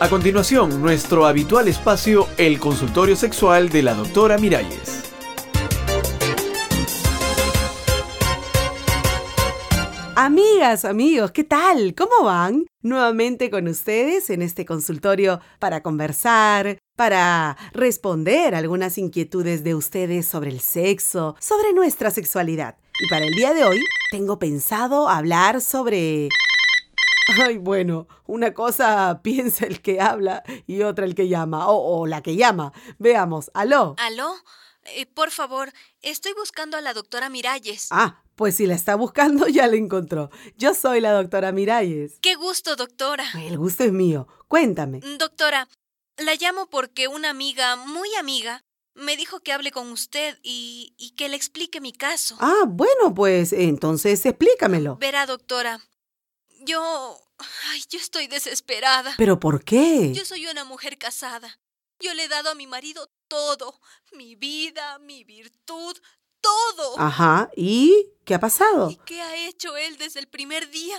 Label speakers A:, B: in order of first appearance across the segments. A: A continuación, nuestro habitual espacio, el consultorio sexual de la doctora Miralles.
B: Amigas, amigos, ¿qué tal? ¿Cómo van? Nuevamente con ustedes en este consultorio para conversar, para responder algunas inquietudes de ustedes sobre el sexo, sobre nuestra sexualidad. Y para el día de hoy tengo pensado hablar sobre... Ay, bueno, una cosa piensa el que habla y otra el que llama, o, o la que llama. Veamos, aló.
C: ¿Aló? Eh, por favor, estoy buscando a la doctora Miralles.
B: Ah, pues si la está buscando, ya la encontró. Yo soy la doctora Miralles.
C: ¡Qué gusto, doctora!
B: El gusto es mío. Cuéntame.
C: Doctora, la llamo porque una amiga, muy amiga, me dijo que hable con usted y, y que le explique mi caso.
B: Ah, bueno, pues entonces explícamelo.
C: Verá, doctora, yo... Ay, yo estoy desesperada.
B: ¿Pero por qué?
C: Yo soy una mujer casada. Yo le he dado a mi marido todo. Mi vida, mi virtud, todo.
B: Ajá, ¿y qué ha pasado?
C: ¿Y qué ha hecho él desde el primer día?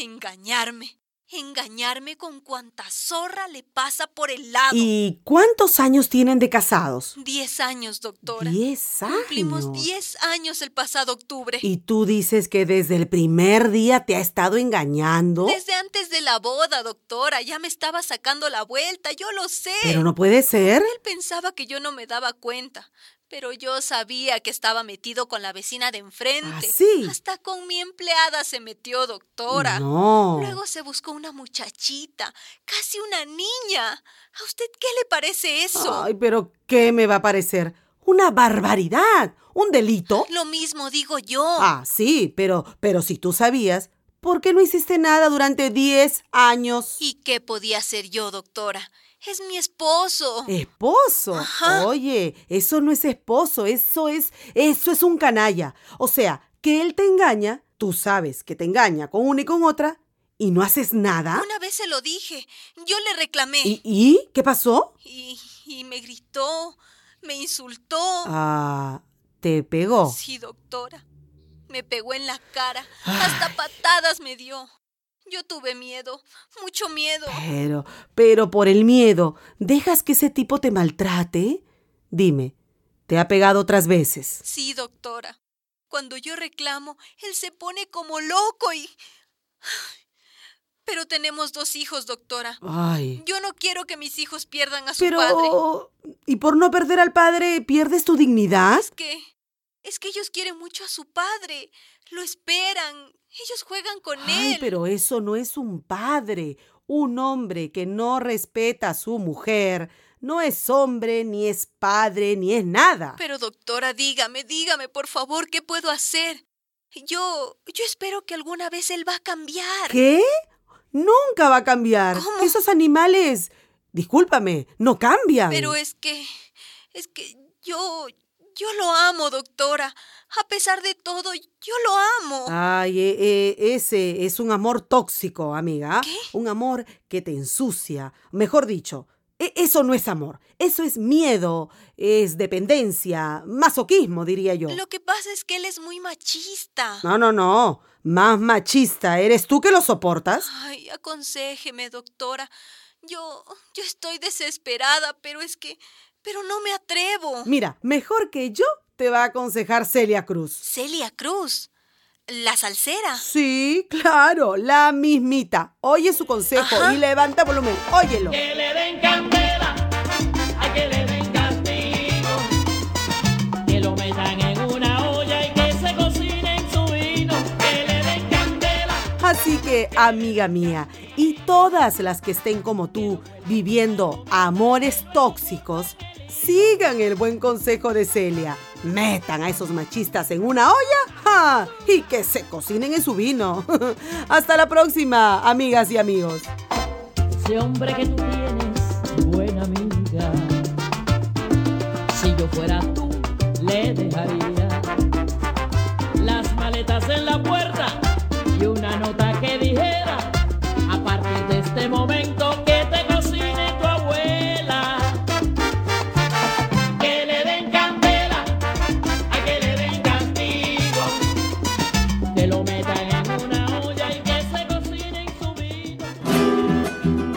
C: Engañarme. Engañarme con cuanta zorra le pasa por el lado.
B: ¿Y cuántos años tienen de casados?
C: Diez años, doctora.
B: Diez años.
C: Cumplimos diez años el pasado octubre.
B: ¿Y tú dices que desde el primer día te ha estado engañando?
C: Desde antes de la boda, doctora. Ya me estaba sacando la vuelta, yo lo sé.
B: Pero no puede ser.
C: Él pensaba que yo no me daba cuenta. Pero yo sabía que estaba metido con la vecina de enfrente.
B: ¿Ah, sí?
C: Hasta con mi empleada se metió, doctora.
B: No.
C: Luego se buscó una muchachita, casi una niña. ¿A usted qué le parece eso?
B: Ay, pero ¿qué me va a parecer? Una barbaridad, un delito.
C: Lo mismo digo yo.
B: Ah, sí, pero pero si tú sabías, ¿por qué no hiciste nada durante 10 años?
C: ¿Y qué podía hacer yo, doctora? Es mi esposo.
B: ¿Esposo?
C: Ajá.
B: Oye, eso no es esposo, eso es, eso es un canalla. O sea, que él te engaña, tú sabes que te engaña con una y con otra, y no haces nada.
C: Una vez se lo dije. Yo le reclamé.
B: ¿Y, y? qué pasó?
C: Y, y me gritó, me insultó.
B: Ah, te pegó.
C: Sí, doctora. Me pegó en la cara. Hasta patadas me dio. Yo tuve miedo, mucho miedo.
B: Pero, pero por el miedo, ¿dejas que ese tipo te maltrate? Dime, ¿te ha pegado otras veces?
C: Sí, doctora. Cuando yo reclamo, él se pone como loco y... Pero tenemos dos hijos, doctora.
B: Ay.
C: Yo no quiero que mis hijos pierdan a su padre.
B: Pero... ¿Y por no perder al padre pierdes tu dignidad?
C: Es que... Es que ellos quieren mucho a su padre. Lo esperan. Ellos juegan con
B: Ay,
C: él.
B: pero eso no es un padre. Un hombre que no respeta a su mujer no es hombre, ni es padre, ni es nada.
C: Pero doctora, dígame, dígame, por favor, ¿qué puedo hacer? Yo, yo espero que alguna vez él va a cambiar.
B: ¿Qué? Nunca va a cambiar.
C: ¿Cómo?
B: Esos animales, discúlpame, no cambian.
C: Pero es que, es que yo, yo lo amo, doctora. A pesar de todo, yo lo amo.
B: Ay, e- e- ese es un amor tóxico, amiga. ¿ah?
C: ¿Qué?
B: Un amor que te ensucia. Mejor dicho, e- eso no es amor. Eso es miedo, es dependencia, masoquismo, diría yo.
C: Lo que pasa es que él es muy machista.
B: No, no, no. Más machista. ¿Eres tú que lo soportas?
C: Ay, aconséjeme, doctora. Yo, yo estoy desesperada, pero es que, pero no me atrevo.
B: Mira, mejor que yo te va a aconsejar Celia Cruz.
C: Celia Cruz, la salsera.
B: Sí, claro, la mismita. Oye su consejo
C: Ajá.
B: y levanta volumen. Óyelo.
D: Que le den candela, a que le den castigo. Que lo metan en una olla y que se cocine en su vino. Que le den candela.
B: Así que, amiga mía, y todas las que estén como tú viviendo amores tóxicos, sigan el buen consejo de Celia. Metan a esos machistas en una olla ¡ja! y que se cocinen en su vino. Hasta la próxima, amigas y amigos.
D: Ese hombre que tú tienes, buena amiga. Si yo fuera tú, le dejaría las maletas en la puerta y una nota que dijera: A partir de este momento, que te cocine tu abuela. Que le den candela, a que le den castigo. Que lo metan en una olla y que se cocine en su vino.